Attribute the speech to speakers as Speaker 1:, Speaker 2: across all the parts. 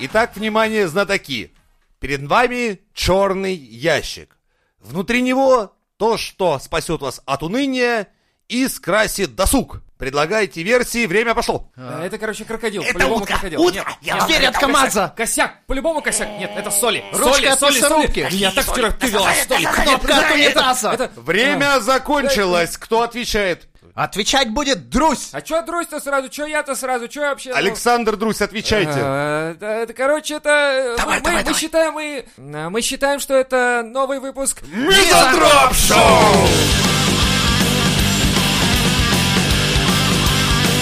Speaker 1: Итак, внимание, знатоки. Перед вами черный ящик. Внутри него то, что спасет вас от уныния и скрасит досуг. Предлагайте версии, время пошло.
Speaker 2: Э, Это, короче, крокодил.
Speaker 3: А. Это
Speaker 2: по-любому
Speaker 3: утка,
Speaker 2: крокодил.
Speaker 3: утка.
Speaker 2: Нет,
Speaker 3: Я
Speaker 2: нет,
Speaker 3: вам
Speaker 2: нет,
Speaker 3: говорю,
Speaker 2: это
Speaker 3: это
Speaker 2: косяк.
Speaker 3: маза.
Speaker 2: Косяк, по-любому косяк. Нет, это соли.
Speaker 3: Ручка
Speaker 2: Соли,
Speaker 3: от
Speaker 2: соли,
Speaker 3: мясорубки.
Speaker 2: соли. Меня так вчера ты вела, что ли?
Speaker 3: Какая
Speaker 2: Кнопка
Speaker 3: разница?
Speaker 2: от унитаза. Это-
Speaker 1: Время закончилось. Кто отвечает?
Speaker 3: Отвечать будет Друсь.
Speaker 2: А чё Друсь-то сразу, чё я-то сразу, чё я вообще... ну,
Speaker 1: Александр Друсь, отвечайте.
Speaker 2: э, да, Это, короче, это... э,
Speaker 3: Давай,
Speaker 2: мы,
Speaker 3: давай,
Speaker 2: мы
Speaker 3: давай.
Speaker 2: считаем, мы, э, мы считаем, что это новый выпуск...
Speaker 1: Мизантроп Шоу!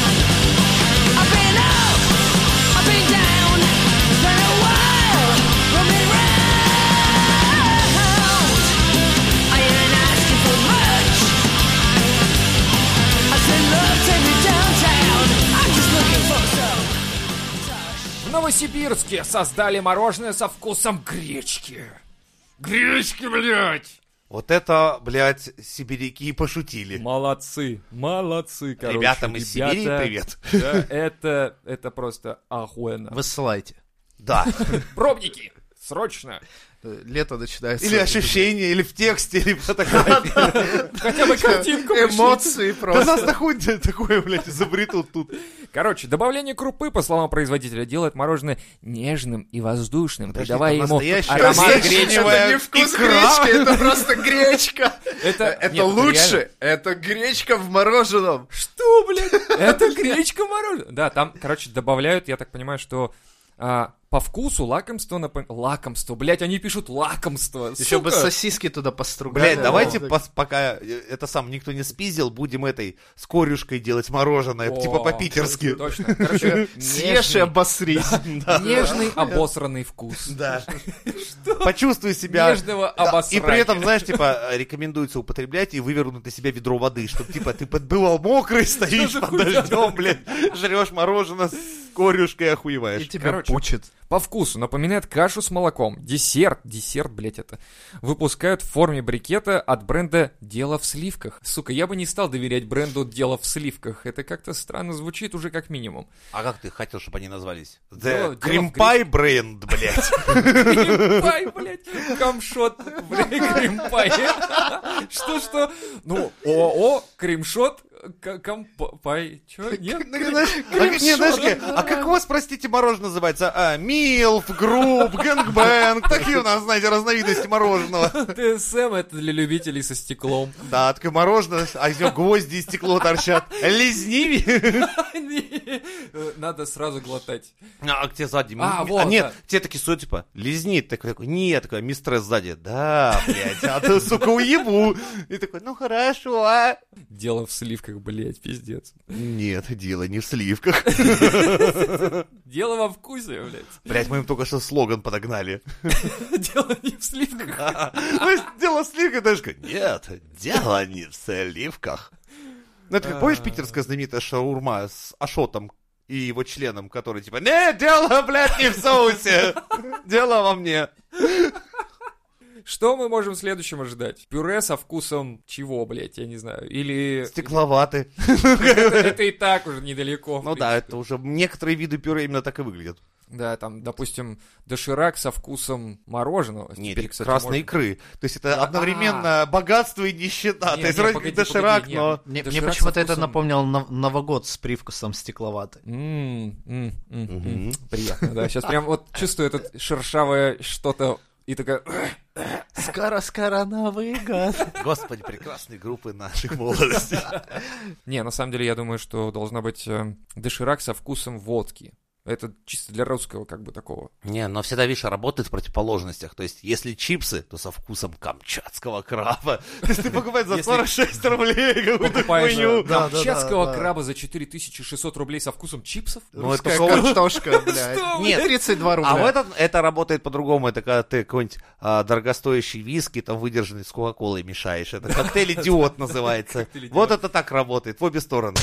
Speaker 4: I've been up, I've been down, been a while, roaming round. I ain't asking for much. I said, love, take me downtown. I'm just looking for some.
Speaker 2: В Новосибирске создали мороженое со вкусом гречки. Гречки, блядь!
Speaker 1: Вот это, блядь, сибиряки пошутили.
Speaker 2: Молодцы, молодцы, короче.
Speaker 1: Ребятам из
Speaker 2: ребята.
Speaker 1: Сибири привет.
Speaker 2: Да, это, это просто охуенно.
Speaker 3: Высылайте.
Speaker 1: Да.
Speaker 2: Пробники, срочно.
Speaker 3: Э, Лето начинается.
Speaker 1: Или ощущение, или в тексте, или в фотографии.
Speaker 2: Хотя бы картинку пришлите.
Speaker 3: Эмоции
Speaker 1: Да
Speaker 3: просто.
Speaker 1: нас нахуй такое, блядь, изобретут тут.
Speaker 2: Короче, добавление крупы, по словам производителя, делает мороженое нежным и воздушным,
Speaker 1: Подожди,
Speaker 2: придавая
Speaker 1: там
Speaker 2: ему
Speaker 1: настоящая
Speaker 2: аромат
Speaker 1: гречка.
Speaker 2: гречки.
Speaker 1: гречневая
Speaker 3: ну, Это не вкус
Speaker 1: икра.
Speaker 3: гречки, это просто гречка.
Speaker 2: Это-
Speaker 3: это
Speaker 2: нет, это
Speaker 3: лучше. Это гречка в мороженом.
Speaker 2: Что, блядь? Это гречка мороженое. Да, там, короче, добавляют, я так понимаю, что а, по вкусу лакомство напом... Лакомство, блядь, они пишут лакомство.
Speaker 3: Еще бы
Speaker 2: сука.
Speaker 3: сосиски туда постругали.
Speaker 1: Блядь, давайте
Speaker 3: Вот.
Speaker 1: пос- пока э, это сам никто не спиздил, будем этой с корюшкой делать мороженое,
Speaker 2: О,
Speaker 1: типа по-питерски.
Speaker 2: Точно, короче,
Speaker 3: Съешь и
Speaker 2: нежный,
Speaker 3: обосрись.
Speaker 2: нежный обосранный вкус.
Speaker 1: Да. Почувствуй себя...
Speaker 2: Нежного
Speaker 1: Да, И
Speaker 2: обосрания.
Speaker 1: при этом, знаешь, типа, э, рекомендуется употреблять и вывернуть на себя ведро воды, чтобы, типа, ты подбывал мокрый, стоишь
Speaker 2: за
Speaker 1: под
Speaker 2: хуйня?
Speaker 1: дождем, блядь, жрешь мороженое с корюшкой и
Speaker 3: И
Speaker 1: охуеваешь.
Speaker 3: тебя
Speaker 2: Короче.
Speaker 3: пучит.
Speaker 2: По вкусу напоминает кашу с молоком. Десерт, десерт, блять, это. Выпускают в форме брикета от бренда «Дело в сливках». Сука, я бы не стал доверять бренду «Дело в сливках». Это как-то странно звучит уже как минимум.
Speaker 1: А как ты хотел, чтобы они назвались?
Speaker 2: Дело- дело
Speaker 1: The
Speaker 2: в
Speaker 1: Cream
Speaker 2: гри-
Speaker 1: Pie Brand, блядь.
Speaker 2: Кримпай, блядь, камшот, блядь, кримпай. Что-что? Ну, ООО, кримшот, к- кампай, чё, нет?
Speaker 1: А, не, знаешь, как- а как у вас, простите, мороженое называется? А, Милф, Групп, Гэнгбэнг. Такие у нас, знаете, разновидности мороженого.
Speaker 2: ТСМ это для любителей со стеклом.
Speaker 1: Да, такое мороженое, а из него гвозди и стекло торчат. Лизни.
Speaker 2: Не, э, Надо сразу глотать.
Speaker 1: А, к тебе сзади.
Speaker 2: А,
Speaker 1: м-
Speaker 2: вот,
Speaker 1: Нет,
Speaker 2: да.
Speaker 1: тебе такие суют, типа, лизни. Ты Такой, такой, нет, такой, мистер сзади. Да, блядь, а ты, сука, уебу. И такой, ну хорошо, а.
Speaker 2: Дело в сливках, блядь, пиздец.
Speaker 1: Нет, дело не в сливках.
Speaker 2: Дело во вкусе, блядь.
Speaker 1: Блядь, мы им только что слоган подогнали.
Speaker 2: Дело не в сливках.
Speaker 1: То есть дело в сливках, даже говорит, нет, дело не в сливках. Ну, это как, помнишь, питерская знаменитая шаурма с Ашотом и его членом, который типа, не, дело, блядь, не в соусе, дело во мне.
Speaker 2: Что мы можем следующим ожидать? Пюре со вкусом чего, блядь, я не знаю. Или
Speaker 1: Стекловаты.
Speaker 2: это, это и так уже недалеко. в
Speaker 1: Ну да,
Speaker 2: принципе.
Speaker 1: это уже некоторые виды пюре именно так и выглядят.
Speaker 2: Да, там, допустим, доширак со вкусом мороженого. Типа,
Speaker 1: Нет,
Speaker 2: Теперь,
Speaker 1: красные
Speaker 2: кстати, можно.
Speaker 1: икры. То есть это одновременно богатство и нищета.
Speaker 2: Не,
Speaker 1: То есть
Speaker 2: не,
Speaker 1: вроде как
Speaker 2: погоди,
Speaker 1: доширак,
Speaker 2: погоди, не.
Speaker 1: но...
Speaker 3: Мне,
Speaker 2: Даже
Speaker 3: мне
Speaker 2: как со
Speaker 3: почему-то это
Speaker 2: вкусом.
Speaker 3: напомнило нов- Новогод с привкусом стекловатый.
Speaker 2: М, м, м, м. Приятно, да. Сейчас прям вот чувствую этот шершавое что-то и такая...
Speaker 3: Скоро-скоро Новый год.
Speaker 1: Господи, прекрасные группы нашей молодости.
Speaker 2: Не, на самом деле, я думаю, что должна быть э, доширак со вкусом водки. Это чисто для русского как бы такого.
Speaker 1: Не, но всегда, видишь, работает в противоположностях. То есть, если чипсы, то со вкусом камчатского краба. То есть, ты покупаешь за
Speaker 2: Если
Speaker 1: 46 рублей какую-то
Speaker 2: Покупаешь э,
Speaker 1: хуйню.
Speaker 3: Да, да,
Speaker 2: камчатского
Speaker 3: да, да.
Speaker 2: краба за 4600 рублей со вкусом чипсов?
Speaker 1: Ну, это
Speaker 3: Русская
Speaker 1: солод-
Speaker 3: картошка, блядь.
Speaker 2: Что,
Speaker 1: Нет.
Speaker 3: Нет, 32 рубля.
Speaker 1: А в этот, это работает по-другому. Это когда ты какой-нибудь а, дорогостоящий виски, там, выдержанный с кока-колой мешаешь. Это коктейль-идиот называется.
Speaker 2: Коктейль-идиот.
Speaker 1: Вот это так работает, в обе стороны.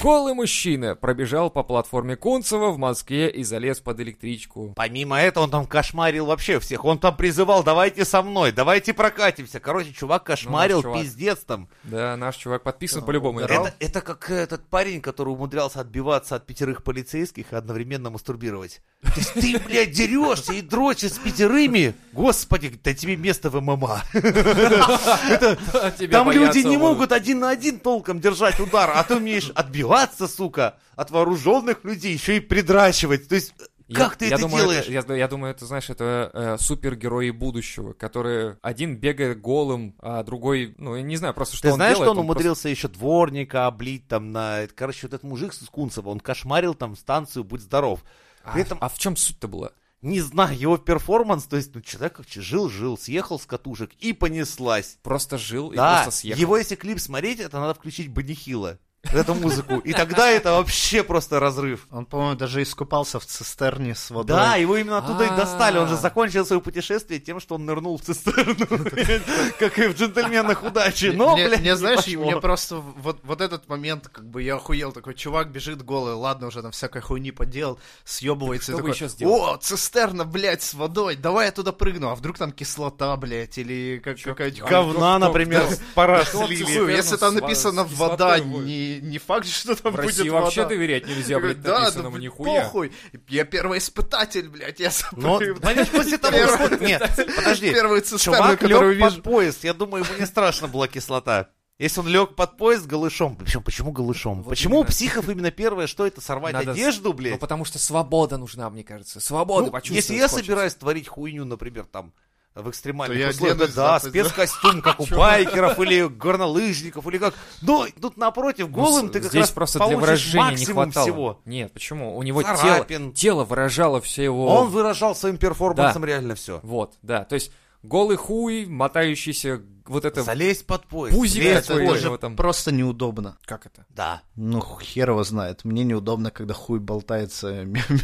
Speaker 2: Голый мужчина пробежал по платформе Кунцева в Москве и залез под электричку.
Speaker 1: Помимо этого, он там кошмарил вообще всех. Он там призывал, давайте со мной, давайте прокатимся. Короче, чувак кошмарил,
Speaker 2: Ну, чувак.
Speaker 1: пиздец там.
Speaker 2: Да, наш чувак подписан по-любому.
Speaker 3: угорал.
Speaker 1: Это, это как этот парень, который умудрялся отбиваться от пятерых полицейских и одновременно мастурбировать. То есть ты, блядь, дерешься и дрочишь с пятерыми. Господи, да тебе место в ММА.
Speaker 2: Тебя
Speaker 1: Там люди
Speaker 2: боятся
Speaker 1: не
Speaker 2: будут.
Speaker 1: могут один на один толком держать удар, а ты умеешь отбиваться, сука, от вооруженных людей, еще и придрачивать. То есть, э, как ты это
Speaker 2: думаю,
Speaker 1: делаешь?
Speaker 2: это- я, я думаю, это, знаешь, это э, супергерои будущего, которые один бегает голым, а другой, ну, я не знаю, просто что
Speaker 1: Ты
Speaker 2: он
Speaker 1: знаешь,
Speaker 2: делает,
Speaker 1: что он умудрился еще дворника облить там на... это, Короче, вот этот мужик с Кунцева, он кошмарил там станцию «Будь здоров».
Speaker 2: просто-
Speaker 1: При
Speaker 2: А-
Speaker 1: этом,
Speaker 2: А, в чем суть-то была?
Speaker 1: не знаю, его перформанс, то есть, ну, человек как жил-жил, съехал с катушек и понеслась.
Speaker 2: Просто жил и
Speaker 1: да,
Speaker 2: просто съехал.
Speaker 1: его если клип смотреть, это надо включить Банихила, эту музыку, и тогда это вообще просто разрыв.
Speaker 3: Он, по-моему, даже искупался в цистерне с водой.
Speaker 1: Да, его именно оттуда и достали. Он же
Speaker 2: А.
Speaker 1: закончил свое путешествие тем, что он нырнул в цистерну, блядь, как и в «Джентльменах удачи». Но,
Speaker 3: мне,
Speaker 1: блядь,
Speaker 3: мне,
Speaker 1: не
Speaker 3: знаешь,
Speaker 1: пошло.
Speaker 3: мне просто вот, вот этот момент, как бы я охуел, такой чувак бежит голый, ладно, уже там всякой хуйни поделал, съебывается.
Speaker 2: Так что бы
Speaker 3: и такой,
Speaker 2: еще сделать?
Speaker 3: О, цистерна, блядь, с водой, давай я туда прыгну, а вдруг там кислота, блядь, или как,
Speaker 2: Чё?
Speaker 3: какая-нибудь
Speaker 2: Говно
Speaker 1: Говна,
Speaker 2: Кто-
Speaker 1: например,
Speaker 2: кто-
Speaker 1: пора
Speaker 2: кто-
Speaker 1: слили.
Speaker 2: Или-
Speaker 3: Слушай, если там
Speaker 2: С-
Speaker 3: написано
Speaker 2: с
Speaker 3: «вода»,
Speaker 2: кислотой будет.
Speaker 3: не, не факт, же, что там
Speaker 2: В России
Speaker 3: будет
Speaker 2: вообще
Speaker 3: вода.
Speaker 2: доверять нельзя, блядь,
Speaker 3: да,
Speaker 2: написанному
Speaker 3: да,
Speaker 2: нихуя.
Speaker 3: похуй, я первый испытатель, блядь, я
Speaker 1: Но,
Speaker 3: запрыгну.
Speaker 1: понимаешь, Ну, а после того,
Speaker 3: Первый-
Speaker 1: как- Нет, подожди.
Speaker 3: Первую цистерну,
Speaker 1: Чувак
Speaker 3: которую
Speaker 1: лег
Speaker 3: вижу.
Speaker 1: под поезд. Я думаю, ему не страшно была кислота. Если он лег под поезд голышом, причем почему голышом?
Speaker 2: Вот
Speaker 1: почему у
Speaker 2: именно.
Speaker 1: психов именно первое, что это сорвать
Speaker 2: Надо с-
Speaker 1: одежду,
Speaker 2: Ну,
Speaker 1: блядь?
Speaker 2: потому что свобода нужна, мне кажется. Свобода
Speaker 1: Ну,
Speaker 2: почувствовать
Speaker 1: если я
Speaker 2: хочется.
Speaker 1: собираюсь творить хуйню, например, там в
Speaker 3: То я
Speaker 1: экстремальных условиях, да,
Speaker 3: оденусь
Speaker 1: да,
Speaker 3: завтра, да.
Speaker 1: спецкостюм, как у байкеров или горнолыжников, или как. Но тут напротив,
Speaker 2: Ну,
Speaker 1: голым
Speaker 2: с-
Speaker 1: ты как
Speaker 2: Здесь
Speaker 1: раз
Speaker 2: просто для
Speaker 1: получишь
Speaker 2: выражения не
Speaker 1: максимум
Speaker 2: хватало.
Speaker 1: всего.
Speaker 2: Нет, почему? У него тело,
Speaker 1: Царапин.
Speaker 2: тело выражало все его...
Speaker 1: Он выражал своим перформансом реально все.
Speaker 2: Вот, да. То есть голый хуй, мотающийся вот это...
Speaker 1: Залезть под поезд.
Speaker 2: Пузик
Speaker 1: лезть
Speaker 2: такой.
Speaker 1: под поезд.
Speaker 2: же там.
Speaker 3: просто неудобно.
Speaker 2: Как это?
Speaker 1: Да.
Speaker 3: Ну, хер его знает. Мне неудобно, когда хуй болтается между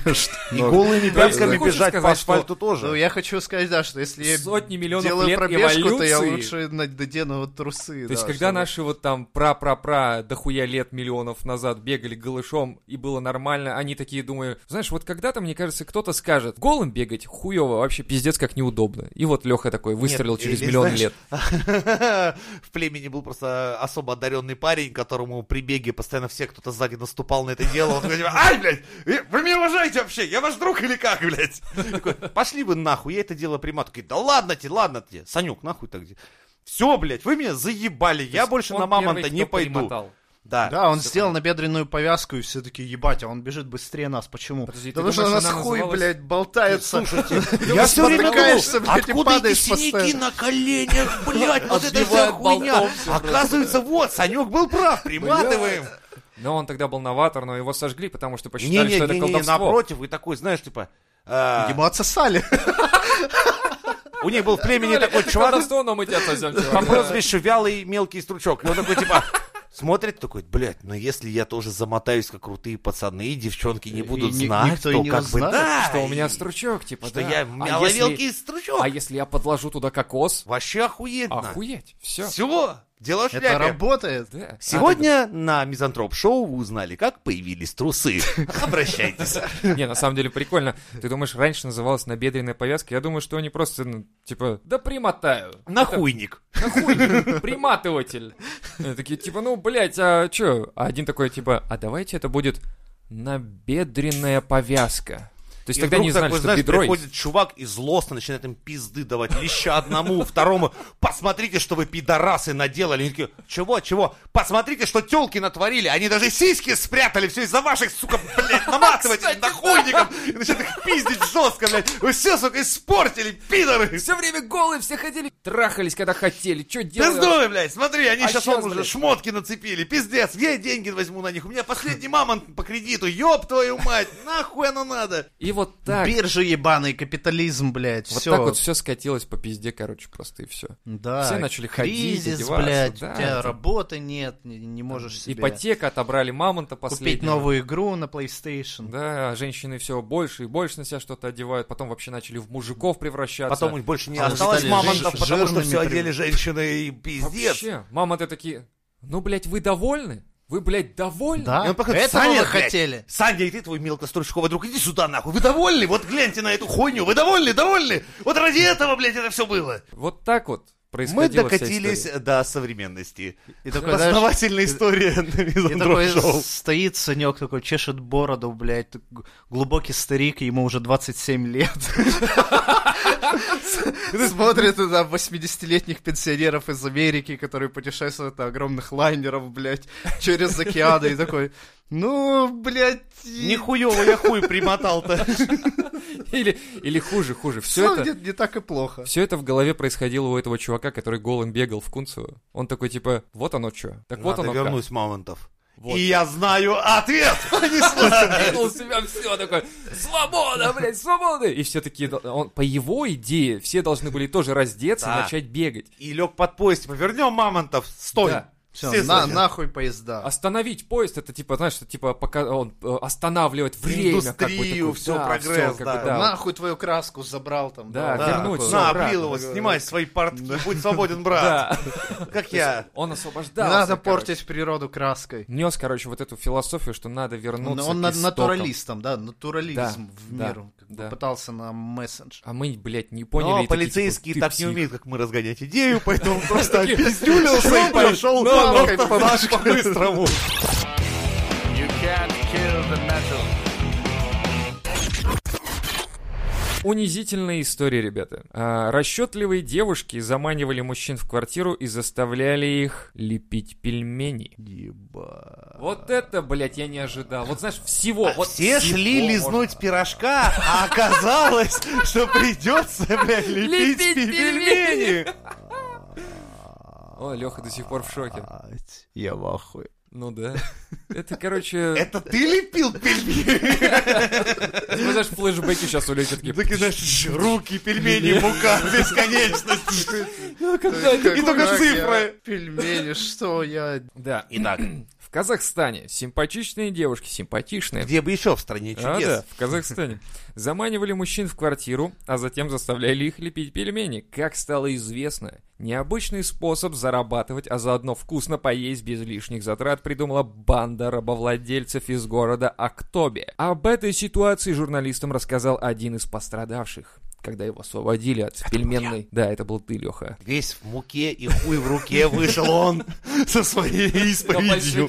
Speaker 1: И
Speaker 3: ног.
Speaker 1: голыми
Speaker 2: Да,
Speaker 1: пятками
Speaker 2: ты Ну, хочешь
Speaker 1: бежать по
Speaker 2: сказать, что-
Speaker 1: асфальту тоже.
Speaker 3: Ну, я хочу сказать, да, что если я
Speaker 2: Сотни миллионов
Speaker 3: делаю
Speaker 2: лет
Speaker 3: пробежку, то я
Speaker 2: эволюции.
Speaker 3: лучше надену вот трусы.
Speaker 2: То есть,
Speaker 3: да,
Speaker 2: когда
Speaker 3: чтобы-
Speaker 2: наши вот там пра-пра-пра дохуя лет миллионов назад бегали голышом и было нормально, они такие думаю, знаешь, вот когда-то, мне кажется, кто-то скажет, голым бегать хуево, вообще пиздец как неудобно. И вот Леха такой выстрелил
Speaker 1: Нет,
Speaker 2: через
Speaker 1: или,
Speaker 2: миллион
Speaker 1: знаешь,
Speaker 2: лет.
Speaker 1: В племени был просто особо одаренный парень, которому при беге постоянно все кто-то сзади наступал на это дело. Он такой, типа, ай, блядь, э, вы меня уважаете вообще, я ваш друг или как, блядь? Такой, Пошли вы нахуй, я это дело примат. Такой, да ладно тебе, ладно тебе, Санек, нахуй так. Все, блядь, вы меня заебали, я больше
Speaker 2: Он
Speaker 1: на мамонта
Speaker 2: первый,
Speaker 1: не
Speaker 2: кто
Speaker 1: пойду.
Speaker 2: перемотал.
Speaker 1: Да.
Speaker 3: Да, он сделал набедренную повязку, и все такие, ебать, а он бежит быстрее нас. Почему?
Speaker 2: Подожди, ты
Speaker 3: Потому что у
Speaker 2: думаешь,
Speaker 3: нас
Speaker 2: она
Speaker 3: хуй,
Speaker 2: называлась-
Speaker 3: блядь, болтается.
Speaker 1: Слушайте, я все время думал,
Speaker 3: спотыкаешься, блядь, и
Speaker 1: откуда эти
Speaker 3: падаешь
Speaker 1: синяки
Speaker 3: постоянно.
Speaker 1: на коленях, блядь, вот это вся
Speaker 2: Отбивает
Speaker 1: хуйня.
Speaker 2: болтом всё просто.
Speaker 1: Оказывается, вот, Санек был прав, приматываем.
Speaker 2: Но он тогда был новатор, но его сожгли, потому
Speaker 1: Не,
Speaker 2: что посчитали,
Speaker 1: не,
Speaker 2: что это
Speaker 1: не, не,
Speaker 2: колдовство.
Speaker 1: напротив, и такой, знаешь, типа, э,
Speaker 3: Ему отсосали.
Speaker 1: у них был в племени
Speaker 2: Сказали,
Speaker 1: такой
Speaker 2: «Это
Speaker 1: чувак А
Speaker 2: колдовство, но мы тебя отсосем,
Speaker 1: по
Speaker 2: чувак».
Speaker 1: прозвищу Вялый Мелкий Стручок. И он такой, типа, смотрит такой, блядь, ну если я тоже замотаюсь, как крутые пацаны, и девчонки не
Speaker 3: И
Speaker 1: будут
Speaker 3: ни-
Speaker 1: знать,
Speaker 3: никто и
Speaker 1: то
Speaker 3: не
Speaker 1: как бы,
Speaker 3: узнает,
Speaker 1: да.
Speaker 2: Что у меня
Speaker 1: и-
Speaker 2: стручок, типа,
Speaker 1: Что
Speaker 2: да.
Speaker 1: я
Speaker 2: а,
Speaker 1: Вялый
Speaker 2: если,
Speaker 1: Стручок.
Speaker 2: а если я подложу туда кокос?
Speaker 1: Вообще охуенно.
Speaker 2: Охуеть, все.
Speaker 1: Все, дело в
Speaker 3: Это
Speaker 1: шляпе.
Speaker 3: работает.
Speaker 2: Да. А
Speaker 1: Сегодня на Мизантроп-шоу вы узнали, как появились трусы. Обращайтесь.
Speaker 2: Не, на самом деле прикольно. Ты думаешь, раньше называлась набедренная повязка? Я думаю, что они просто, ну, типа, да примотаю.
Speaker 1: Нахуйник.
Speaker 2: На хуй, приматыватель. Они такие, типа, ну, блядь, а чё? А один такой, типа, а давайте это будет набедренная повязка. То есть
Speaker 1: И
Speaker 2: тогда
Speaker 1: вдруг
Speaker 2: не знали,
Speaker 1: такой,
Speaker 2: что
Speaker 1: знаешь,
Speaker 2: бедро есть.
Speaker 1: приходит чувак и злостно начинает им пизды давать. Леща одному, второму. Посмотрите, что вы пидорасы наделали. Они такие, чего, чего? Посмотрите, что телки натворили. Они даже сиськи спрятали. Все из-за ваших, сука, блядь, наматывателей, нахуйников. И начинают их пиздить жестко, блядь. Вы все, сука, испортили, пидоры.
Speaker 2: Все время голые, все ходили, трахались, когда хотели. Чё делать?
Speaker 1: Пиздуй, блядь, смотри, они
Speaker 2: А
Speaker 1: сейчас
Speaker 2: щас,
Speaker 1: вам уже
Speaker 2: блядь.
Speaker 1: шмотки нацепили, пиздец, я деньги возьму на них, у меня последний мамонт по кредиту, ёб твою мать, нахуй оно надо.
Speaker 2: И вот так.
Speaker 3: Биржи ебаный, капитализм, блядь,
Speaker 2: Вот
Speaker 3: все.
Speaker 2: так вот все скатилось по пизде, короче, просто и все.
Speaker 3: Да,
Speaker 2: Все начали ходить,
Speaker 3: кризис,
Speaker 2: одеваться,
Speaker 3: блядь,
Speaker 2: да,
Speaker 3: у тебя
Speaker 2: это-
Speaker 3: работы нет, не, не можешь себе
Speaker 2: Ипотека, отобрали мамонта последнего.
Speaker 3: купить новую игру на PlayStation.
Speaker 2: Да, женщины все больше и больше на себя что-то одевают, потом вообще начали в мужиков превращаться.
Speaker 1: Потом их больше не
Speaker 3: Потому
Speaker 1: осталось
Speaker 3: что
Speaker 1: мамонтов,
Speaker 3: жир-
Speaker 1: потому что
Speaker 3: жирными
Speaker 1: все
Speaker 3: прям.
Speaker 1: одели женщины и пиздец.
Speaker 2: Вообще, мамонты такие, ну, блядь, вы довольны? Вы Вы, блядь, довольны?
Speaker 3: Да,
Speaker 1: И он подходит,
Speaker 3: этого
Speaker 1: «Саня,
Speaker 3: мы
Speaker 1: блядь,
Speaker 3: хотели.
Speaker 1: Саня, и ты, твой мелкострочковый друг, иди сюда, нахуй. Вы довольны? Вот гляньте на эту хуйню. Вы довольны? Довольны? Вот ради этого, блядь, это все было.
Speaker 2: Вот так вот
Speaker 1: Мы
Speaker 2: происходило
Speaker 1: докатились до современности.
Speaker 3: И такой, знаешь,
Speaker 1: Основательная история на
Speaker 3: И такой
Speaker 1: мизандроп-шоу.
Speaker 3: стоит Санек, такой чешет бороду, блядь, так г- глубокий старик, ему уже 27 лет. Смотрит на 80-летних пенсионеров из Америки, которые путешествуют на огромных лайнеров, блядь, через океаны, и такой, ну, блядь, и-
Speaker 1: Нихуево я хуй примотал-то.
Speaker 2: Или, или хуже, хуже. Все
Speaker 3: всё
Speaker 2: это,
Speaker 3: не- не так и плохо.
Speaker 2: все это в голове происходило у этого чувака, который голым бегал в Кунцево. Он такой, типа, вот оно что. Так вот
Speaker 1: Ладно,
Speaker 2: оно
Speaker 1: вернусь, Мамонтов.
Speaker 2: Вот.
Speaker 1: И я знаю ответ.
Speaker 2: как. Кинул себя все такой, свобода, блядь, свобода. И все такие, да, он, по его идее, все должны были тоже раздеться и
Speaker 1: Да.
Speaker 2: начать бегать.
Speaker 1: И лег под поезд. типа, Вернем Мамонтов. Стой.
Speaker 2: Да.
Speaker 3: Всё,
Speaker 1: Все
Speaker 3: на-
Speaker 1: знают.
Speaker 3: нахуй поезда.
Speaker 2: Остановить поезд, это типа, знаешь, что типа пока он э, останавливает время. как бы,
Speaker 1: Индустрию,
Speaker 2: такой,
Speaker 1: всё,
Speaker 2: да,
Speaker 1: прогресс,
Speaker 2: всё, как бы,
Speaker 1: да.
Speaker 2: да, вот
Speaker 3: Нахуй твою краску забрал там.
Speaker 2: Да,
Speaker 1: Да,
Speaker 2: А вернуть
Speaker 1: такой,
Speaker 2: всё
Speaker 1: На,
Speaker 2: обратно.
Speaker 1: облил его, снимай свои портки, будь свободен, брат.
Speaker 2: Да.
Speaker 1: Как я.
Speaker 2: Он
Speaker 3: Не
Speaker 2: освобождался.
Speaker 3: надо
Speaker 2: короче.
Speaker 3: портить природу краской.
Speaker 2: Нес, короче, вот эту философию, что надо вернуться
Speaker 3: Ну, он
Speaker 2: к
Speaker 3: на-
Speaker 2: истокам.
Speaker 3: натуралистом, да, натурализм
Speaker 2: Да,
Speaker 3: в
Speaker 2: да,
Speaker 3: миру. как бы
Speaker 2: да.
Speaker 3: Пытался на мессендж.
Speaker 2: А мы, блядь, не поняли.
Speaker 1: Но
Speaker 2: и такие,
Speaker 1: полицейские
Speaker 2: типа,
Speaker 1: так
Speaker 2: «Ты
Speaker 1: не
Speaker 2: псих».
Speaker 1: умеют, как мы разгонять идею, поэтому просто опиздюлился и пошел
Speaker 3: Ну,
Speaker 1: нахуй
Speaker 3: ну, ну,
Speaker 1: по-быстрому.
Speaker 2: Унизительная история, ребята. А, расчетливые девушки заманивали мужчин в квартиру и заставляли их лепить пельмени.
Speaker 3: Еба.
Speaker 2: Вот это, блядь, я не ожидал. Вот знаешь, всего. вот
Speaker 1: Все
Speaker 2: всего
Speaker 1: шли
Speaker 2: можно.
Speaker 1: лизнуть пирожка, а оказалось, что придется, блядь, лепить
Speaker 2: Лепить
Speaker 1: пельмени.
Speaker 2: О, Леха до сих пор в шоке.
Speaker 1: А.
Speaker 3: Я в ахуе.
Speaker 2: Ну да. Это, короче,
Speaker 1: Это ты лепил пельмени?
Speaker 2: вы знаешь, флешбеки сейчас улетят. такие,
Speaker 1: Так и знаешь, руки, пельмени, мука, бесконечность.
Speaker 2: «Ну, когда это
Speaker 1: И только цифры.
Speaker 3: Пельмени, что я...
Speaker 2: Да.
Speaker 1: Итак,
Speaker 2: В Казахстане симпатичные девушки, симпатичные.
Speaker 1: где бы еще в стране
Speaker 2: А, да,
Speaker 1: чудес?
Speaker 2: в Казахстане. Заманивали мужчин в квартиру, а затем заставляли их лепить пельмени. Как стало известно, необычный способ зарабатывать, а заодно вкусно поесть без лишних затрат придумала банда рабовладельцев из города Актобе. Об этой ситуации журналистам рассказал один из пострадавших когда его освободили от пельменной... Да, это был ты, Леха.
Speaker 1: Весь в муке и хуй в руке вышел он со своей исповедью.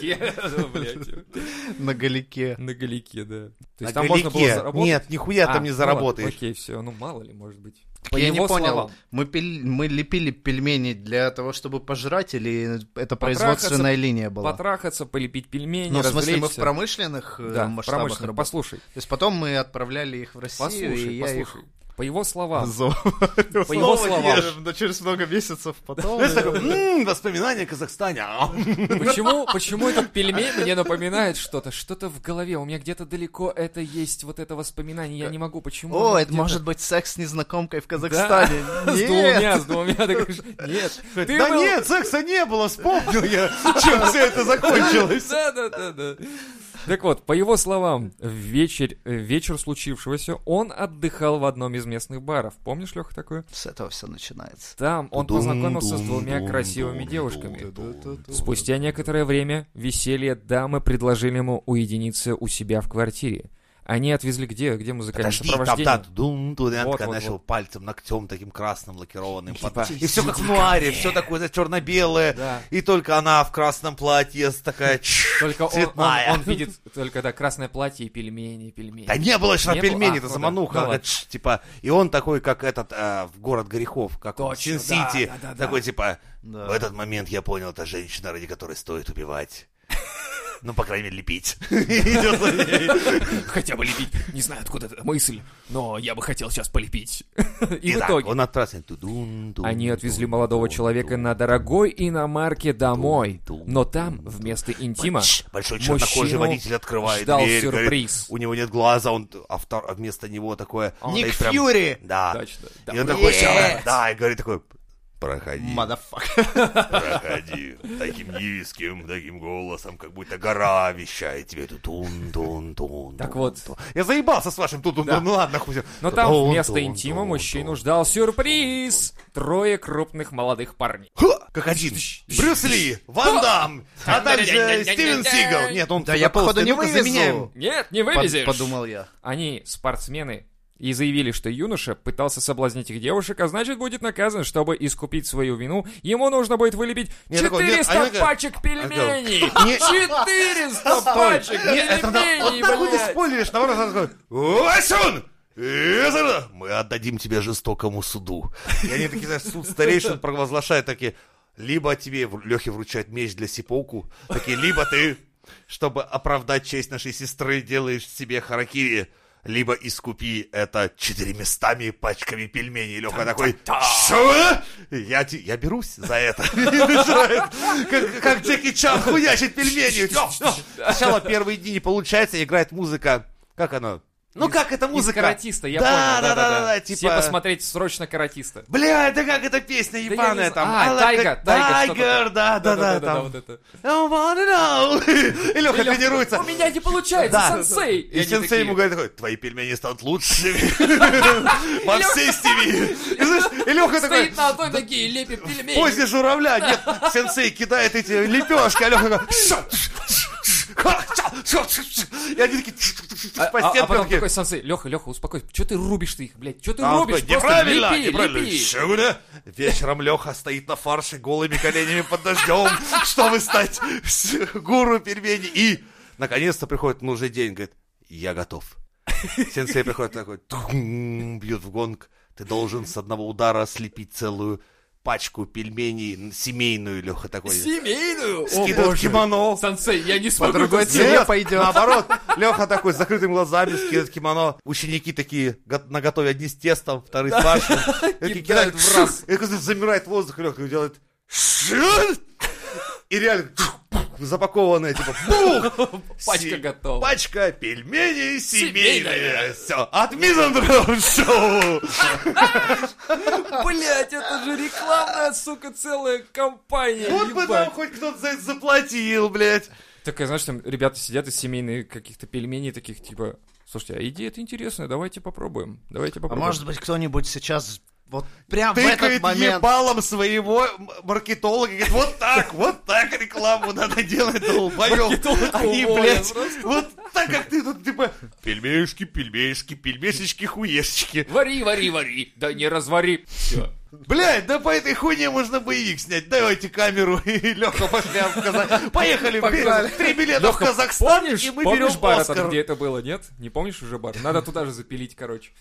Speaker 3: На галике.
Speaker 2: На галике, да. То
Speaker 1: На
Speaker 2: есть там можно было
Speaker 1: галике.
Speaker 2: заработать?
Speaker 1: Нет, нихуя
Speaker 2: А,
Speaker 1: там не
Speaker 2: ну
Speaker 1: заработаешь.
Speaker 2: ладно, окей, все, ну мало ли, может быть. По
Speaker 3: Я не
Speaker 2: его
Speaker 3: понял,
Speaker 2: словам.
Speaker 3: мы, пель- мы лепили пельмени для того, чтобы пожрать, или это производственная линия была?
Speaker 2: Потрахаться, полепить пельмени,
Speaker 3: Ну, в смысле, мы в
Speaker 2: развлечься.
Speaker 3: промышленных э,
Speaker 2: да,
Speaker 3: масштабах
Speaker 2: промышленно.
Speaker 3: работали.
Speaker 2: Послушай,
Speaker 3: То есть потом мы отправляли их в Россию,
Speaker 2: послушай,
Speaker 3: и я их
Speaker 2: послушай. По его словам,
Speaker 3: зову.
Speaker 2: по
Speaker 1: снова
Speaker 2: его словам,
Speaker 1: ешь.
Speaker 3: Но через много месяцев потом...
Speaker 1: Знаешь, такой, «М, воспоминания о Казахстане. а».
Speaker 2: почему, почему этот пельмень мне напоминает что-то? Что-то в голове, у меня где-то далеко это есть, вот это воспоминание, я не могу, почему?
Speaker 3: О,
Speaker 2: оно
Speaker 3: это
Speaker 2: где-то
Speaker 3: может быть секс с незнакомкой в Казахстане.
Speaker 2: С
Speaker 3: Нет.
Speaker 2: двумя, с двумя, так, нет. Ты
Speaker 1: Да
Speaker 2: был-
Speaker 1: нет, секса не было, вспомнил я, чем все это закончилось.
Speaker 2: Да, да, да, да. Так вот, по его словам, в вечер, э, вечер случившегося он отдыхал в одном из местных баров. Помнишь, Леха, такое?
Speaker 3: С этого все начинается.
Speaker 2: Там он познакомился с двумя красивыми девушками. Спустя некоторое время веселье дамы предложили ему уединиться у себя в квартире. Они отвезли где? Где музыкальное
Speaker 1: Подожди, там,
Speaker 2: сопровождение?
Speaker 1: да, дум
Speaker 2: Вот,
Speaker 1: Дуденко
Speaker 2: вот,
Speaker 1: начал пальцем, ногтем таким красным лакированным. под-
Speaker 2: Типа,
Speaker 1: И все как в нуаре, все такое знаешь, черно-белое.
Speaker 2: Да.
Speaker 1: И только она в красном платье с такая чш,
Speaker 2: Только он, он-
Speaker 1: цветная.
Speaker 2: он видит только да, красное платье и пельмени, пельмени.
Speaker 1: Да не было еще
Speaker 2: Не
Speaker 1: на
Speaker 2: было?
Speaker 1: пельмени,
Speaker 2: А,
Speaker 1: это
Speaker 2: ну да.
Speaker 1: замануха.
Speaker 2: Ну
Speaker 1: она,
Speaker 2: ладно.
Speaker 1: «Тш», типа, и он такой, как этот, а, в город грехов, как он,
Speaker 2: Точно,
Speaker 1: Сити.
Speaker 2: да, да, да, да.
Speaker 1: такой, типа,
Speaker 3: Да.
Speaker 1: в этот момент я понял, это женщина, ради которой стоит убивать. Ну, по крайней мере, лепить. Идет за ней.
Speaker 2: Хотя бы лепить. Не знаю, откуда эта мысль, но я бы хотел сейчас полепить. И в
Speaker 1: Итак,
Speaker 2: итоге...
Speaker 1: он оттрасен. Тудун, тудун,
Speaker 2: Они отвезли
Speaker 1: тудун,
Speaker 2: молодого
Speaker 1: тудун,
Speaker 2: человека
Speaker 1: тудун.
Speaker 2: на дорогой иномарке домой.
Speaker 1: Тум-тум.
Speaker 2: Но там, вместо интима,
Speaker 1: Тш, Большой чернокожий
Speaker 2: мужчину
Speaker 1: водитель открывает
Speaker 2: ждал
Speaker 1: дверь.
Speaker 2: сюрприз.
Speaker 1: говорит, у него нет глаза, он, а втор- а вместо него такое...
Speaker 3: Ник
Speaker 1: стоит А, прям-
Speaker 3: Фьюри!
Speaker 1: Да.
Speaker 2: Точно.
Speaker 1: И он такой,
Speaker 3: Yes!
Speaker 1: «Сядь». да, и говорит такой, проходи.
Speaker 3: Мадафак.
Speaker 1: Проходи таким низким, таким голосом, как будто гора вещает тебе тут тун тун тун
Speaker 2: Так вот.
Speaker 1: Я заебался с вашим тут
Speaker 2: Да.
Speaker 1: ну ладно, хуй.
Speaker 2: Но там вместо интима мужчину ждал сюрприз. Трое крупных молодых парней.
Speaker 1: Ха! как один. Брюс Ли, Ван Дам, а также Стивен Сигал. Нет, он
Speaker 3: Да я,
Speaker 1: толстый,
Speaker 3: походу, не
Speaker 1: ну мы
Speaker 3: вывезу.
Speaker 1: заменяем.
Speaker 2: Нет, не
Speaker 3: Под-
Speaker 2: вывезешь.
Speaker 3: Подумал я.
Speaker 2: Они спортсмены и заявили, что юноша пытался соблазнить их девушек, а значит будет наказан, чтобы искупить свою вину. Ему нужно будет вылепить
Speaker 1: Не, такого нет. а
Speaker 2: 400
Speaker 1: Они говорят-
Speaker 2: пачек пельменей!
Speaker 1: Не-
Speaker 2: 400 пачек
Speaker 1: Нет, это на-
Speaker 2: пельменей,
Speaker 1: вот так вот и
Speaker 2: блядь!
Speaker 1: спойлеришь, наоборот, сразу такой, «Васюн! Изра, Мы отдадим тебя жестокому суду. И они такие, знаешь, суд старейшин провозглашает такие, либо тебе Лехе вручают меч для сипоку, такие, либо ты, чтобы оправдать честь нашей сестры, делаешь себе харакири, либо искупи это четыремястами пачками пельменей. Леха такой, что? Я, те- я берусь за это. Как- Как Джеки Чан хуячит пельмени. Сначала первые дни не получается, играет музыка. Как она? Ну как эта
Speaker 2: Из
Speaker 1: музыка?
Speaker 2: каратиста, я
Speaker 1: Да, да, да,
Speaker 2: понял.
Speaker 1: да, да,
Speaker 2: Все
Speaker 1: типа-
Speaker 2: посмотреть срочно каратиста.
Speaker 1: Бля, да как эта песня
Speaker 2: Да я не
Speaker 1: ебаная
Speaker 2: знаю.
Speaker 1: там?
Speaker 2: А,
Speaker 1: Алла
Speaker 2: Тайга,
Speaker 1: Ка-
Speaker 2: Тайга, что-то
Speaker 1: Тайгер,
Speaker 2: там.
Speaker 1: да, да, да,
Speaker 2: да,
Speaker 1: там.
Speaker 2: вот это.
Speaker 1: I wanna know. И Леха тренируется.
Speaker 2: У меня не получается,
Speaker 1: Да.
Speaker 2: сенсей!
Speaker 1: И
Speaker 2: они
Speaker 1: сенсей
Speaker 2: такие,
Speaker 1: ему говорит такой, твои пельмени станут лучшими во всей стиви. И знаешь, И Леха такой,
Speaker 2: Стоит на одной ноге и лепит пельмени.
Speaker 1: позе журавля, нет, сенсей кидает эти лепешки, а Леха такой, «Ша, тш, тш, тш, ха, ша, ша, тш, тш». и они такие тш, тш, тш,
Speaker 2: А,
Speaker 1: по
Speaker 2: а- а
Speaker 1: стенкам
Speaker 2: потом
Speaker 1: такие.
Speaker 2: такой сенсей, Леха, Леха, успокойся, что ты рубишь ты их, блядь, что ты
Speaker 1: А он
Speaker 2: рубишь,
Speaker 1: такой,
Speaker 2: просто
Speaker 1: неправильно,
Speaker 2: лепи,
Speaker 1: неправильно.
Speaker 2: лепи.
Speaker 1: Чё, бля? Вечером Леха стоит на фарше голыми коленями под дождем, чтобы стать с- гуру пельменей. И, наконец-то, приходит нужный день, говорит, я готов. Сенсей приходит такой, «Тхм», бьет в гонг. Ты должен с одного удара слепить целую пачку пельменей семейную, Леха такой.
Speaker 2: Семейную?
Speaker 1: Скидывает кимоно.
Speaker 2: Сенсей, я не смогу.
Speaker 3: другой
Speaker 2: это
Speaker 3: цвет.
Speaker 2: сделать.
Speaker 3: Тебе
Speaker 1: Нет,
Speaker 3: пойдет.
Speaker 1: Наоборот, Леха такой с закрытыми глазами скидывает кимоно. Ученики такие го- на готове одни с тестом, вторые с фаршем. И такие
Speaker 2: Кидают
Speaker 1: кидают
Speaker 2: в раз.
Speaker 1: И такой замирает воздух, Леха и делает «Шин!» и реально запакованная, типа, бух!
Speaker 2: Пачка
Speaker 1: Си-
Speaker 2: готова.
Speaker 1: Пачка пельменей
Speaker 2: Семейная.
Speaker 1: семейная. Все, от Мизандроп Шоу.
Speaker 2: Блять, это же рекламная, сука, целая компания.
Speaker 1: Вот бы нам
Speaker 2: ебать.
Speaker 1: хоть кто-то за это заплатил, блядь.
Speaker 2: Так, а знаешь, там ребята сидят из семейных каких-то пельменей, таких типа... Слушайте, а идея-то интересная, давайте попробуем. Давайте
Speaker 3: А
Speaker 2: попробуем.
Speaker 3: может быть, кто-нибудь сейчас вот прям в этот
Speaker 1: тыкает
Speaker 3: момент...
Speaker 1: ебалом своего м- маркетолога и говорит, вот так, вот так рекламу надо делать, долбоёб.
Speaker 2: Маркетолог
Speaker 1: Они,
Speaker 2: уволен
Speaker 1: блядь,
Speaker 2: просто.
Speaker 1: вот так, как ты тут, типа, пельмешки, пельмешки, пельмешечки, хуешечки.
Speaker 2: Вари, вари, вари. Да не развари. Все.
Speaker 1: Блядь, да по этой хуйне можно боевик снять. Давайте камеру и Лёха пошли в Казахстан. Поехали,
Speaker 3: Погнали.
Speaker 1: три билета в
Speaker 2: Лёха,
Speaker 1: Казахстан,
Speaker 2: помнишь,
Speaker 1: и мы
Speaker 2: помнишь
Speaker 1: берем
Speaker 2: бар,
Speaker 1: Оскар.
Speaker 2: там, где это было, нет? Не помнишь уже бар? Надо туда же запилить, короче.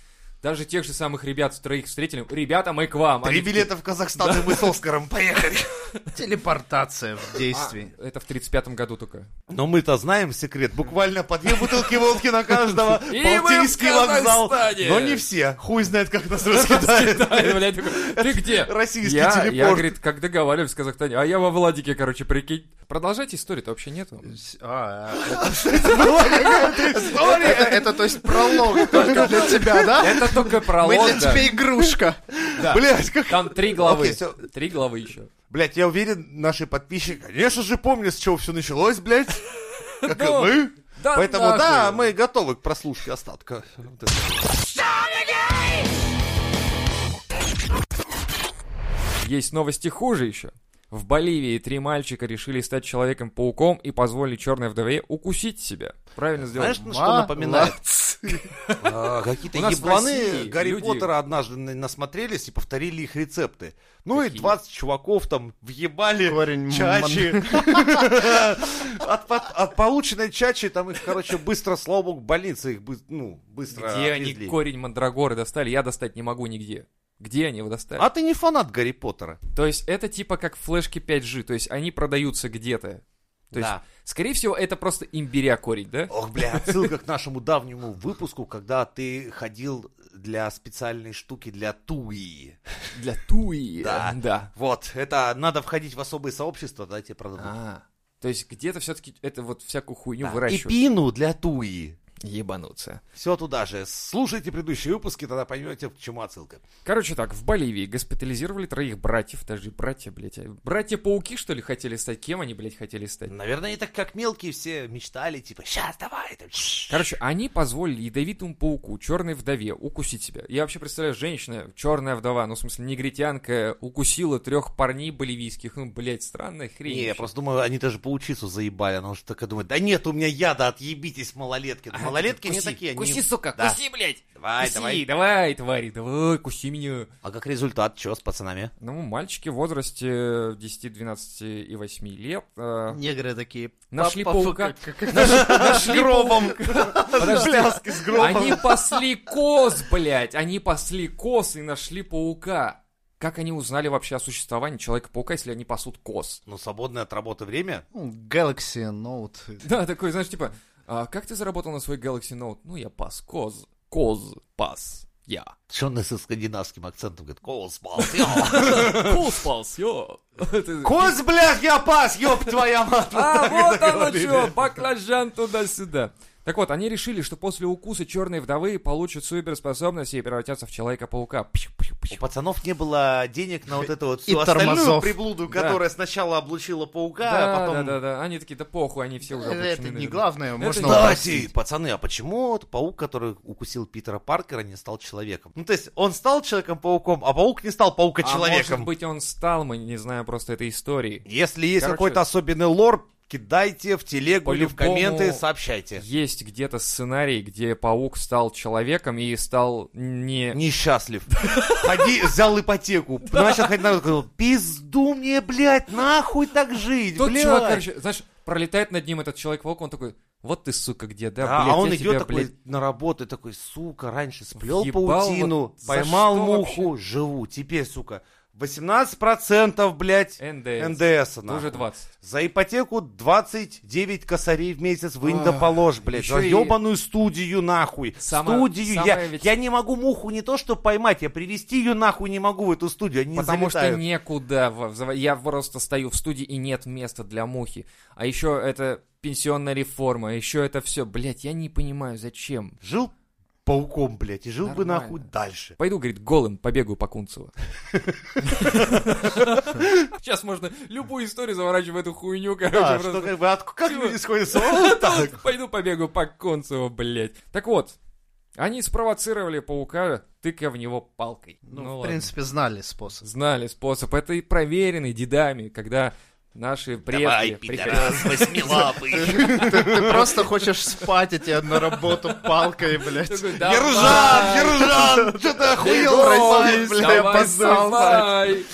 Speaker 2: Даже тех же самых ребят, троих встретили. Ребята, мы к вам.
Speaker 1: Три
Speaker 2: Они такие,
Speaker 1: билета в Казахстан, и мы с Оскаром поехали.
Speaker 3: Телепортация в
Speaker 2: «А,
Speaker 3: действии.
Speaker 2: это в 35-м году только.
Speaker 1: Но мы-то знаем секрет. Буквально по две бутылки водки на каждого.
Speaker 2: И мы в
Speaker 1: Балтийский вокзал.
Speaker 2: Казахстане.
Speaker 1: Но не все. Хуй знает, как нас раскидает.
Speaker 2: Да, я, блядь, такой, ты где?
Speaker 1: Российский
Speaker 2: Я, я,
Speaker 1: телепорт.
Speaker 2: говорит, как договаривались в Казахстане, а я во Владике, короче, прикинь. Продолжайте историю-то вообще нету.
Speaker 3: А, а,
Speaker 1: История.
Speaker 3: Это, это, то есть, пролог только для тебя, да?
Speaker 2: Это только
Speaker 3: Мы
Speaker 2: пролог,
Speaker 3: для
Speaker 2: да.
Speaker 3: тебя игрушка.
Speaker 1: Блять, как...
Speaker 2: Там три главы.
Speaker 1: Окей, всё.
Speaker 2: Три главы еще.
Speaker 1: Блять, я уверен, наши подписчики, конечно же, помнят, с чего все началось, блять. Как и
Speaker 2: Ну,
Speaker 1: мы.
Speaker 2: да
Speaker 1: Поэтому,
Speaker 2: нахуй.
Speaker 1: да, мы готовы к прослушке остатка. Вот это.
Speaker 2: Есть новости хуже еще. В Боливии три мальчика решили стать Человеком-пауком и позволили черной вдове укусить себя. Правильно сделали.
Speaker 1: Знаешь, на что напоминает?
Speaker 3: Молодцы.
Speaker 1: А,
Speaker 2: У
Speaker 1: Какие-то
Speaker 2: нас в
Speaker 1: ебланы
Speaker 2: России
Speaker 1: Гарри
Speaker 2: люди-
Speaker 1: Поттера однажды на- насмотрелись и повторили их рецепты. Ну и
Speaker 2: Какие?
Speaker 1: 20 чуваков там въебали
Speaker 3: Корень
Speaker 1: чачи. От по- от полученной чачи там их, короче, быстро, слава богу, больница их бы- ну, быстро
Speaker 2: Где они
Speaker 1: отвезли.
Speaker 2: корень мандрагоры достали? Я достать не могу нигде. Где они его достали?
Speaker 1: А ты не фанат Гарри Поттера.
Speaker 2: То есть это типа как флешки 5G, то есть они продаются где-то. То есть,
Speaker 1: Да.
Speaker 2: скорее всего, это просто имбиря корень, да?
Speaker 1: Ох, бля, отсылка к нашему давнему выпуску, когда ты ходил для специальной штуки для Туи.
Speaker 2: Для туи.
Speaker 1: Да.
Speaker 2: Да.
Speaker 1: Вот, это надо входить в особые сообщества, да, тебе продадут.
Speaker 2: А, то есть где-то все-таки это вот всякую хуйню
Speaker 1: Да. И
Speaker 2: выращивают.
Speaker 1: пину для Туи.
Speaker 2: ебануться.
Speaker 1: Все туда же. Слушайте предыдущие выпуски, тогда поймете, к чему отсылка.
Speaker 2: Короче так, в Боливии госпитализировали троих братьев, даже братья, блядь, а братья-пауки, что ли, хотели стать? Кем они, блядь, хотели стать?
Speaker 1: Наверное, они так как мелкие все мечтали, типа, сейчас давай. там, шш».
Speaker 2: Короче, они позволили ядовитому пауку, черной вдове, укусить себя. Я вообще представляю, женщина, черная вдова, ну, в смысле, негритянка, укусила трех парней боливийских. Ну, блядь, странная хрень.
Speaker 1: Не, я
Speaker 2: вообще.
Speaker 1: просто думаю, они даже паучицу заебали. Она уже такая думает, да нет, у меня яда, отъебитесь, малолетки. Да
Speaker 2: А,
Speaker 1: малолетки не
Speaker 2: куси,
Speaker 1: такие. они-
Speaker 2: Куси, сука,
Speaker 1: Да.
Speaker 2: куси, блядь.
Speaker 1: Давай,
Speaker 2: куси,
Speaker 1: давай.
Speaker 2: давай, твари, давай, куси меня.
Speaker 1: А как результат, что с пацанами?
Speaker 2: Ну, мальчики в возрасте 10, 12 и 8 лет э,
Speaker 3: Негры такие.
Speaker 2: Нашли
Speaker 3: «Папа,
Speaker 2: паука».
Speaker 3: как- как- как-
Speaker 2: нашли
Speaker 3: гробом.
Speaker 2: Подожди.
Speaker 1: Пляски с гробом.
Speaker 2: Они пасли коз, блядь! Они пасли коз и нашли паука. Как они узнали вообще о существовании Человека-паука, если они пасут коз?
Speaker 1: Ну, свободное от работы время.
Speaker 3: Ну, Galaxy Note.
Speaker 2: Да, такой, знаешь, типа, «А как ты заработал на свой Galaxy Note? Ну, я пас коз. Коз пас. Я.
Speaker 1: Что он со скандинавским акцентом говорит? Косбал.
Speaker 2: Коз пас, ё. Ты-
Speaker 1: Кос, блядь, я пас, ёб твоя мать.
Speaker 2: А, вот оно что, баклажан туда-сюда. Так вот, они решили, что после укуса черной вдовы получат суперспособности и превратятся в Человека-паука. Пью, пью, пью.
Speaker 1: У пацанов не было денег на вот эту вот
Speaker 3: И
Speaker 1: всю остальную
Speaker 3: тормозов.
Speaker 1: приблуду,
Speaker 2: Да.
Speaker 1: которая сначала облучила паука,
Speaker 2: Да,
Speaker 1: а потом...
Speaker 2: да, да, да. Они такие, да похуй, они все уже
Speaker 3: Это
Speaker 2: обречены,
Speaker 3: не
Speaker 2: наверное».
Speaker 3: главное, можно
Speaker 2: не-
Speaker 1: Кстати,
Speaker 3: упростить.
Speaker 1: пацаны, а почему вот паук, который укусил Питера Паркера, не стал человеком? Ну, то есть, он стал Человеком-пауком, а паук не стал
Speaker 2: А
Speaker 1: Паука-человеком.
Speaker 2: может быть, он стал, мы не знаем просто этой истории.
Speaker 1: Если есть
Speaker 2: Короче,
Speaker 1: какой-то особенный лор, кидайте в телегу или в
Speaker 2: по-любому-
Speaker 1: комменты, сообщайте.
Speaker 2: Есть где-то сценарий, где паук стал человеком и стал не...
Speaker 1: Несчастлив. Ходи, взял ипотеку. Начал ходить на рынок, говорил, пизду мне, блядь, нахуй так жить,
Speaker 2: Тот
Speaker 1: блядь.
Speaker 2: чувак, короче, знаешь, пролетает над ним этот человек-паук, он такой, вот ты, сука, где, да,
Speaker 1: Да,
Speaker 2: блядь,
Speaker 1: а он
Speaker 2: я
Speaker 1: идет
Speaker 2: тебя,
Speaker 1: такой
Speaker 2: блядь,
Speaker 1: на работу, и такой, сука, раньше сплел
Speaker 2: Въебал
Speaker 1: паутину,
Speaker 2: вот за
Speaker 1: поймал
Speaker 2: что
Speaker 1: муху, живу. Теперь, сука, 18%, блядь,
Speaker 2: НДС.
Speaker 1: НДС.
Speaker 2: Ты уже
Speaker 1: нахуй.
Speaker 2: 20.
Speaker 1: За ипотеку 29 косарей в месяц вы не
Speaker 2: Ах,
Speaker 1: доположь, блядь.
Speaker 2: еще
Speaker 1: За
Speaker 2: и-
Speaker 1: ебаную студию, нахуй.
Speaker 2: Самое-
Speaker 1: студию.
Speaker 2: самое
Speaker 1: я,
Speaker 2: ведь-
Speaker 1: я не могу муху не то что поймать, я привести ее нахуй не могу в эту студию. Они
Speaker 2: Потому
Speaker 1: залетают.
Speaker 2: что некуда. в- в- Я просто стою в студии и нет места для мухи. А еще это пенсионная реформа, еще это все. Блять, я не понимаю, зачем.
Speaker 1: Жил пауком, блядь, и жил бы
Speaker 2: Нормально.
Speaker 1: нахуй дальше.
Speaker 2: Пойду, говорит, голым побегаю по Кунцево. Сейчас можно любую историю заворачивать в эту хуйню,
Speaker 1: Да,
Speaker 2: короче,
Speaker 1: что
Speaker 2: просто.
Speaker 1: как бы, от- как
Speaker 2: Чего?
Speaker 1: люди сходятся? Вот так.
Speaker 2: Пойду побегаю по Кунцево, блять. Так вот, они спровоцировали паука, тыкая в него палкой.
Speaker 3: Ну, в
Speaker 2: ладно.
Speaker 3: принципе, знали способ.
Speaker 2: Знали способ. Это и проверенный дедами, когда наши предки... приходили-
Speaker 1: восьмилапый.
Speaker 3: Ты просто хочешь спать, а тебе на работу палкой, блядь.
Speaker 2: Такой, «Давай,
Speaker 1: Ержан, Ержан, что ты охуел,
Speaker 3: Егор,
Speaker 1: Райсан,
Speaker 3: если
Speaker 1: бля?
Speaker 3: я
Speaker 2: давай,
Speaker 3: опоздал,
Speaker 2: давай.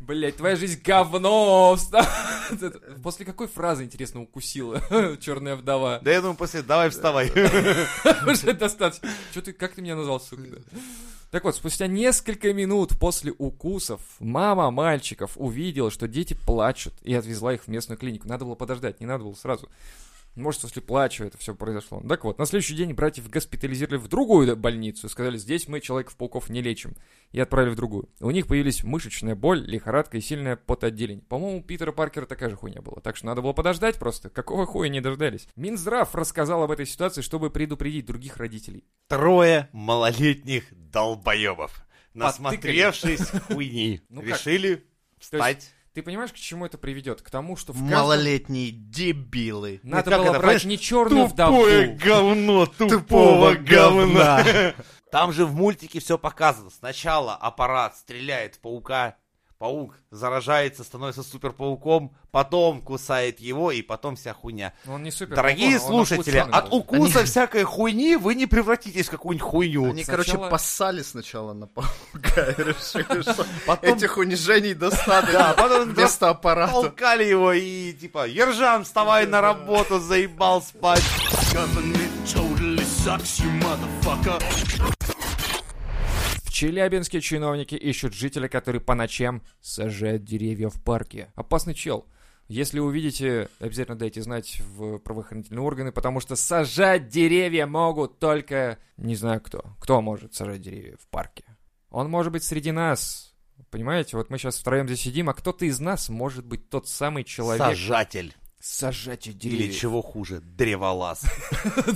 Speaker 2: Блять, твоя жизнь говно. вста- После какой фразы, интересно, укусила черная вдова?
Speaker 1: Да я думаю, после давай вставай.
Speaker 2: Уже достаточно. Чё ты, как ты меня назвал, сука? да? Так вот, спустя несколько минут после укусов мама мальчиков увидела, что дети плачут, и отвезла их в местную клинику. Надо было подождать, не надо было сразу. Может, после плачу это все произошло. Так вот, на следующий день братьев госпитализировали в другую больницу. Сказали, здесь мы Человеков-пауков не лечим. И отправили в другую. У них появились мышечная боль, лихорадка и сильное потоотделение. По-моему, у Питера Паркера такая же хуйня была. Так что надо было подождать просто. Какого хуя не дождались? Минздрав рассказал об этой ситуации, чтобы предупредить других родителей.
Speaker 1: Трое малолетних долбоебов,
Speaker 2: Потыкали.
Speaker 1: насмотревшись хуйни,
Speaker 2: Ну как?
Speaker 1: решили
Speaker 2: То есть
Speaker 1: встать.
Speaker 2: Ты понимаешь, к чему это приведет? К тому, что в каждом...
Speaker 3: Малолетние дебилы.
Speaker 2: Надо
Speaker 1: Как
Speaker 2: было
Speaker 1: это,
Speaker 2: брать
Speaker 1: понимаешь,
Speaker 2: не черную вдову.
Speaker 1: говно
Speaker 3: Тупого говна.
Speaker 1: Там же в мультике все показано. Сначала аппарат стреляет в паука, паук заражается, становится суперпауком, потом кусает его, и потом вся хуйня.
Speaker 2: Но Он не супер.
Speaker 1: Дорогие
Speaker 2: он- он
Speaker 1: слушатели,
Speaker 2: укусанный
Speaker 1: от
Speaker 2: был.
Speaker 1: укуса всякой хуйни вы не превратитесь в какую-нибудь хуйню.
Speaker 3: Они, короче,
Speaker 2: Сначала-
Speaker 3: поссали сначала на паука и решили, что
Speaker 1: Потом
Speaker 3: этих унижений достаточно.
Speaker 1: Да, потом
Speaker 3: Вместо аппарата.
Speaker 1: толкали его и типа, Ержан, вставай на работу, заебал спать.
Speaker 2: В Челябинске чиновники ищут жителя, который по ночам сажает деревья в парке. Опасный чел. Если увидите, обязательно дайте знать в правоохранительные органы, потому что сажать деревья могут только... Не знаю кто. Кто может сажать деревья в парке? Он может быть среди нас. Понимаете, вот мы сейчас втроем здесь сидим, а кто-то из нас может быть тот самый человек.
Speaker 1: Сажатель.
Speaker 2: Сажать
Speaker 1: Или
Speaker 2: деревья.
Speaker 1: чего хуже, древолаз.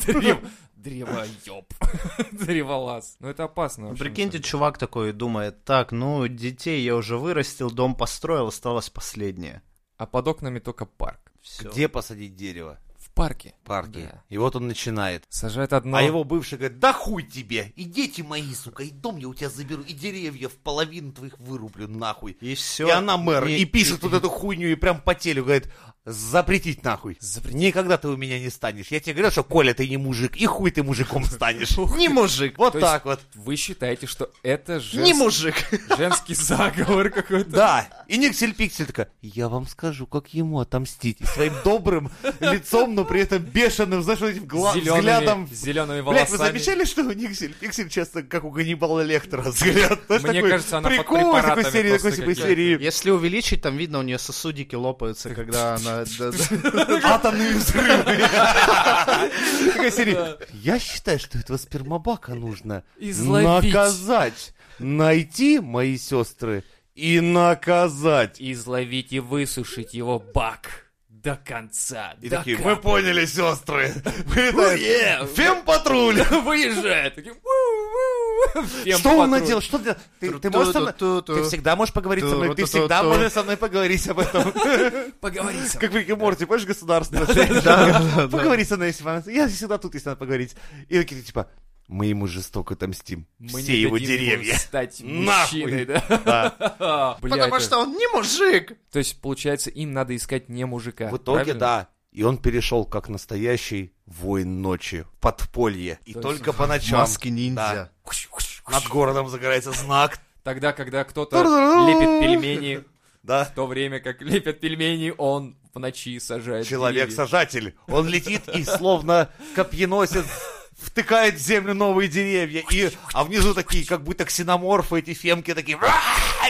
Speaker 2: Древ- Древоёб. Древолаз. Ну это опасно. в общем-то.
Speaker 3: Прикиньте, чувак такой думает, так, ну, детей я уже вырастил, дом построил, осталось последнее.
Speaker 2: А под окнами только парк.
Speaker 3: Все.
Speaker 1: Где посадить дерево?
Speaker 2: В парке.
Speaker 1: В парке.
Speaker 2: Да.
Speaker 1: И вот он начинает.
Speaker 2: Сажает одно.
Speaker 1: А его бывший говорит, да хуй тебе, и дети мои, сука, и дом я у тебя заберу, и деревья в половину твоих вырублю нахуй.
Speaker 3: И все.
Speaker 1: И она мэр, и, пишет вот эту хуйню, и прям по телю говорит, запретить нахуй. Никогда ты у меня не станешь. Я тебе говорю, что Коля, ты не мужик, и хуй ты мужиком станешь.
Speaker 3: Не мужик.
Speaker 1: Вот
Speaker 2: То
Speaker 1: так вот.
Speaker 2: Вы считаете, что это
Speaker 3: Не
Speaker 2: женс-
Speaker 3: мужик.
Speaker 2: женский заговор какой-то?
Speaker 1: Да, и Никсель Пиксель такая, я вам скажу, как ему отомстить. И своим добрым лицом, но при этом бешеным, знаешь, вот этим гла-
Speaker 2: Зелеными-
Speaker 1: взглядом.
Speaker 2: зелеными
Speaker 1: Блять, вы
Speaker 2: волосами.
Speaker 1: замечали, что у Никсель Пиксель часто как у Ганнибала Лектора взгляд? Знаешь,
Speaker 2: Мне
Speaker 1: такой
Speaker 2: кажется, она под
Speaker 1: прикол такой
Speaker 2: препаратами
Speaker 1: серии, такой
Speaker 2: просто
Speaker 1: типа
Speaker 2: какая-то.
Speaker 1: серии
Speaker 3: Если увеличить, там видно, у нее сосудики лопаются, когда она... да, да.
Speaker 1: атомные взрывы. Такая серия. Я считаю, что этого спермобака нужно
Speaker 2: Изловить.
Speaker 1: наказать. Найти, мои сестры, и наказать.
Speaker 2: Изловить и высушить его бак до конца.
Speaker 1: И
Speaker 2: до
Speaker 1: такие,
Speaker 2: кап-
Speaker 1: вы поняли, сестры. Вылетает. Фемпатруль.
Speaker 2: Выезжает. Такие, «Ву-ву». Всем
Speaker 1: Что он
Speaker 2: патруль.
Speaker 1: надел? Что он делал? Ты, ты можешь со мной?
Speaker 3: Ту-ту-ту-ту.
Speaker 1: Ты всегда можешь поговорить со мной. Ты
Speaker 3: Ту-ру-ту-ту-ту.
Speaker 1: всегда можешь со мной поговорить об этом.
Speaker 2: Поговори со мной.
Speaker 1: Как в Рике Морти, понимаешь, государство. Поговори со мной, если вам- Я всегда тут, если надо поговорить. И такие типа, мы ему жестоко отомстим.
Speaker 2: Мы
Speaker 1: Все
Speaker 2: не
Speaker 1: его
Speaker 2: дадим ему
Speaker 1: деревья.
Speaker 2: стать
Speaker 1: Нахуй.
Speaker 2: мужчиной, да?
Speaker 1: Да.
Speaker 2: Бля,
Speaker 3: Потому
Speaker 2: это-
Speaker 3: что он не мужик.
Speaker 2: То есть, получается, им надо искать не мужика.
Speaker 1: В итоге,
Speaker 2: правильно?
Speaker 1: да. И он перешел как настоящий воин ночи в подполье. И
Speaker 2: То есть
Speaker 1: только по ночам.
Speaker 3: Маски ниндзя.
Speaker 1: Над городом загорается знак.
Speaker 2: Тогда, когда кто-то
Speaker 1: Ту-ру-ру.
Speaker 2: лепит пельмени,
Speaker 1: Да.
Speaker 2: в то время как лепят пельмени, он в ночи сажает деревья.
Speaker 1: Человек-сажатель. Он летит и словно копьеносец втыкает в землю новые деревья. И, а внизу такие, как будто ксеноморфы, эти фемки такие. «Ра!»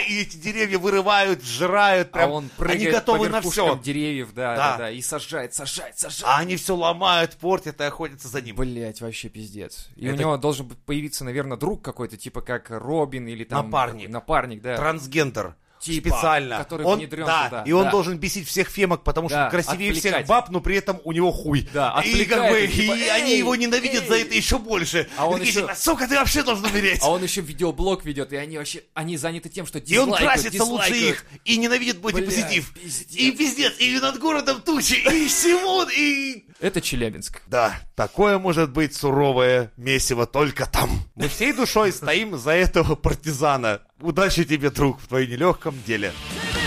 Speaker 1: И эти деревья вырывают, жрают.
Speaker 2: А
Speaker 1: Прям,
Speaker 2: он прыгает
Speaker 1: они готовы
Speaker 2: по
Speaker 1: на
Speaker 2: верхушкам
Speaker 1: все.
Speaker 2: деревьев, да,
Speaker 1: Да.
Speaker 2: да, да, и сажает, сажает, сажает.
Speaker 1: А они все ломают, портят и охотятся за ним.
Speaker 2: Блять, вообще пиздец. И у
Speaker 1: А, Это-
Speaker 2: него должен б- появиться, наверное, друг какой-то, типа как Робин или там...
Speaker 1: Напарник.
Speaker 2: Напарник, да.
Speaker 1: Трансгендер.
Speaker 2: Типа,
Speaker 1: специально.
Speaker 2: который
Speaker 1: он,
Speaker 2: внедрен
Speaker 1: да,
Speaker 2: туда,
Speaker 1: и он
Speaker 2: да.
Speaker 1: должен бесить всех фемок, потому что
Speaker 2: Да,
Speaker 1: он красивее всех
Speaker 2: отвлекать.
Speaker 1: баб, но при этом у него хуй.
Speaker 2: Да,
Speaker 1: и
Speaker 2: отвлекает
Speaker 1: как бы,
Speaker 2: их, типа,
Speaker 1: и
Speaker 2: «Эй,
Speaker 1: они его ненавидят за
Speaker 2: эй».
Speaker 1: это еще больше.
Speaker 2: А
Speaker 1: И
Speaker 2: он
Speaker 1: такие,
Speaker 2: еще-
Speaker 1: типа, сука, ты вообще должен умереть.
Speaker 2: А он еще видеоблог ведет, и они вообще, они заняты тем, что
Speaker 1: И он
Speaker 2: дизлайкают,
Speaker 1: красится лучше
Speaker 2: дизлайкают.
Speaker 1: их, и ненавидит бодипозитив.
Speaker 2: Бля, пиздец.
Speaker 1: И пиздец, и над городом тучи, и всему, и...
Speaker 2: Это Челябинск.
Speaker 1: Да, такое может быть суровое месиво только там. Мы всей душой стоим за этого партизана. Удачи тебе, друг, в твоем нелегком деле.
Speaker 4: Take